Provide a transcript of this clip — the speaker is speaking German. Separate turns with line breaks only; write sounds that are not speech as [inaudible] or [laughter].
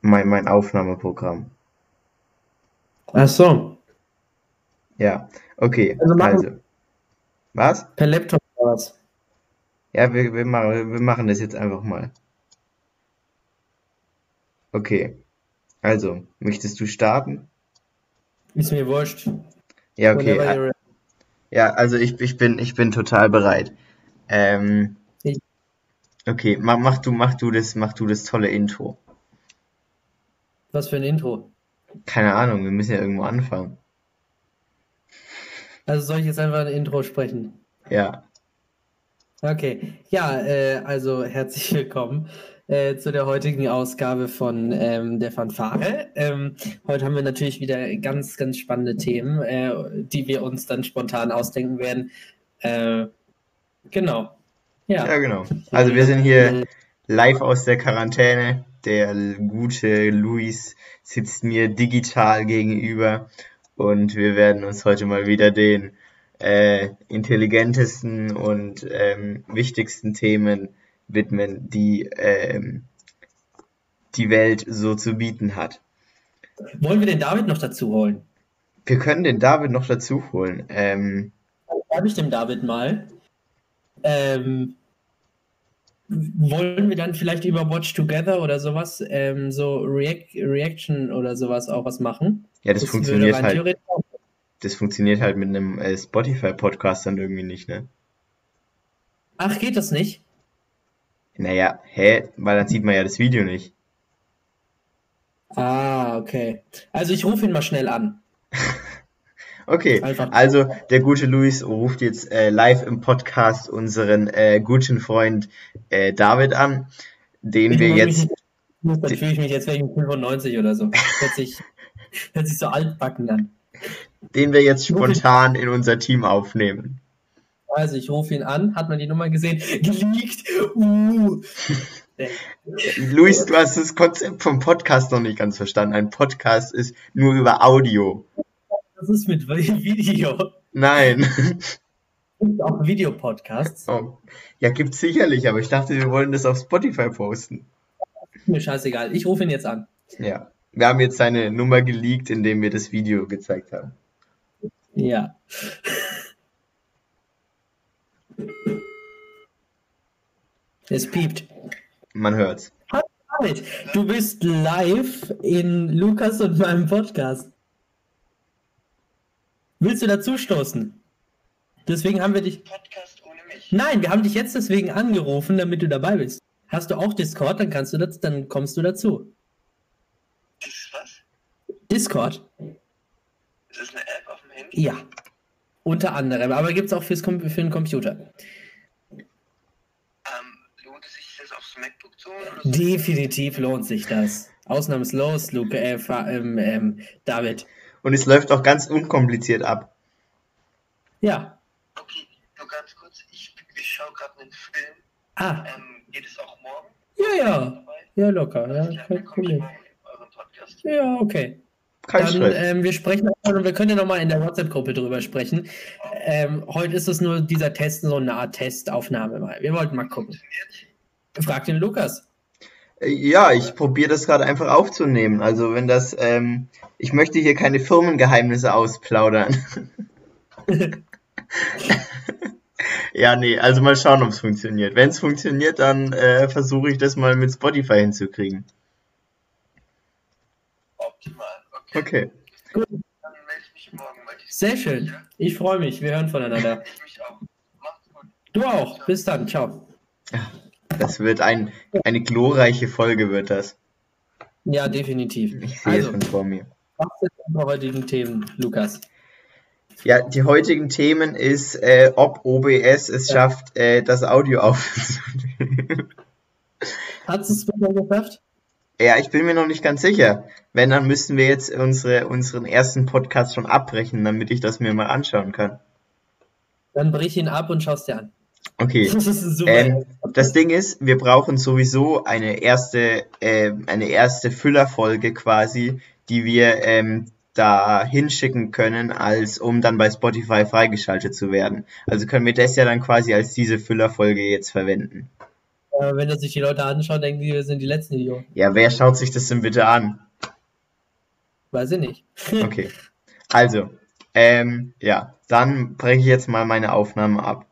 mein, mein Aufnahmeprogramm.
Ach so,
Ja, okay,
Also machen-
also. Was?
per Laptop war es.
Ja, wir, wir machen, wir machen das jetzt einfach mal. Okay, also, möchtest du starten?
Ist mir wurscht.
Ja, okay.
Whenever
a-
you're-
Ja, also ich, ich bin, ich bin total bereit. Ähm,
Ich-
okay, mach, mach du, mach du das, mach du das tolle Intro.
Was für ein Intro.
Keine Ahnung, wir müssen ja irgendwo anfangen.
Also soll ich jetzt einfach ein Intro sprechen?
Ja,
Okay, ja, äh, also herzlich willkommen äh, zu der heutigen Ausgabe von ähm, der Fanfare. Ähm, heute haben wir natürlich wieder ganz, ganz spannende Themen, äh, die wir uns dann spontan ausdenken werden. Äh, genau. Ja.
ja, genau. Also wir sind hier live aus der Quarantäne. Der gute Luis sitzt mir digital gegenüber und wir werden uns heute mal wieder den äh, intelligentesten und ähm, wichtigsten Themen widmen, die ähm, die Welt so zu bieten hat.
Wollen wir den David noch dazu holen?
Wir können den David noch dazu holen. Ähm,
Schreibe ich dem David mal. Ähm, wollen wir dann vielleicht über Watch Together oder sowas, ähm, so Reac Reaction oder sowas auch was machen?
ja, das
würde
funktioniert
rein
halt,
theoretisch auch-
das funktioniert halt mit einem äh, Spotify-Podcast dann irgendwie nicht, ne?
Ach, geht das nicht?
Naja, hä? Weil dann sieht man ja das Video nicht.
Ah, okay. Also ich rufe ihn mal schnell an.
Okay,
Einfach.
also der gute Luis ruft jetzt äh, live im Podcast unseren äh, guten Freund äh, David an, den
Ich
wir
muss
jetzt,
mich- Dann fühle ich mich jetzt wegen 95 oder so. Hört sich, [laughs] hört sich so altbacken an.
den wir jetzt
Ruf ihn-
spontan in unser Team aufnehmen.
Also ich rufe ihn an. Hat man die Nummer gesehen? Geleakt. Uh.
Luis, du hast das Konzept vom Podcast noch nicht ganz verstanden. Ein Podcast ist nur über Audio.
Das ist mit Video.
Nein. [laughs]
Gibt's auch Videopodcasts.
Oh. Ja, gibt's sicherlich, aber ich dachte, wir wollen das auf Spotify posten.
Mir scheißegal. Ich rufe ihn jetzt an.
Ja. Wir haben jetzt seine Nummer geleakt, indem wir das Video gezeigt haben.
Ja. Es piept.
Man hört's.
David, du bist live in Lukas und meinem Podcast. Willst du dazustoßen? Deswegen haben wir dich.
Podcast ohne mich.
Nein, wir haben dich jetzt deswegen angerufen, damit du dabei bist. Hast du auch Discord? Dann kannst du das, dann kommst du dazu.
Was?
Discord?
Ist das eine App auf dem Handy?
Ja. Unter anderem, aber gibt es auch fürs Kom für den Computer.
Ähm, lohnt es sich das aufs MacBook zu holen? Oder so?
Definitiv lohnt sich das. Ausnahmslos, Luke, äh, Fa- ähm, ähm, David.
Und es läuft auch ganz unkompliziert ab.
Ja.
Okay, nur ganz kurz. Ich, ich schaue gerade einen Film.
Ah,
Ähm, geht es auch morgen?
ja, ja.
vorbei?
Ja, locker,
Alles
ja, kein
klar, dann komme ich
Problem.
morgen in euren Podcast.
Ja, okay.
Kein
Dann,
Stress.
ähm, wir sprechen auch und wir können ja nochmal in der WhatsApp-Gruppe drüber sprechen. Ähm, heute ist es nur dieser Test, so eine Art Testaufnahme mal. Wir wollten mal gucken.
Funktioniert?
Frag den Lukas.
Äh, Ja, ich probiere das gerade einfach aufzunehmen. Also wenn das, ähm, ich möchte hier keine Firmengeheimnisse ausplaudern. [laughs] Ja, nee, also mal schauen, ob es funktioniert. Wenn es funktioniert, dann äh, versuche ich das mal mit Spotify hinzukriegen.
Optimal. Okay,
Okay.
dann melde ich mich morgen bei dir.
Sehr schön.
Ja,
Ich freue mich. Wir hören voneinander.
ich mich auch. Macht's gut.
Du auch. Bis dann. Ciao.
Das wird ein, eine glorreiche Folge, wird das.
Ja, definitiv.
Ich sehe es
Also,
schon vor mir.
was sind unsere heutigen Themen, Lukas?
Ja, die heutigen Themen ist, äh, ob OBS es schafft, äh, das Audio [laughs] aufzunehmen.
Hat es bisher geschafft?
Ja, ich bin mir noch nicht ganz sicher. Wenn, dann müssten wir jetzt unsere, unseren ersten Podcast schon abbrechen, damit ich das mir mal anschauen kann.
Dann brich ihn ab und schaust dir an. [laughs]
Okay.
Das ist ein super.
Ähm, Das Ding ist, wir brauchen sowieso eine erste, ähm, eine erste Füllerfolge quasi, die wir ähm, da hinschicken können, als um dann bei Spotify freigeschaltet zu werden. Also können wir das ja dann quasi als diese Füllerfolge jetzt verwenden.
Aber Äh, wenn das sich die Leute anschauen, denken die, wir sind die letzten Idioten.
Ja, wer schaut sich das denn bitte an?
Weiß ich nicht.
Okay. Also, ähm, ja, dann breche ich jetzt mal meine Aufnahme ab.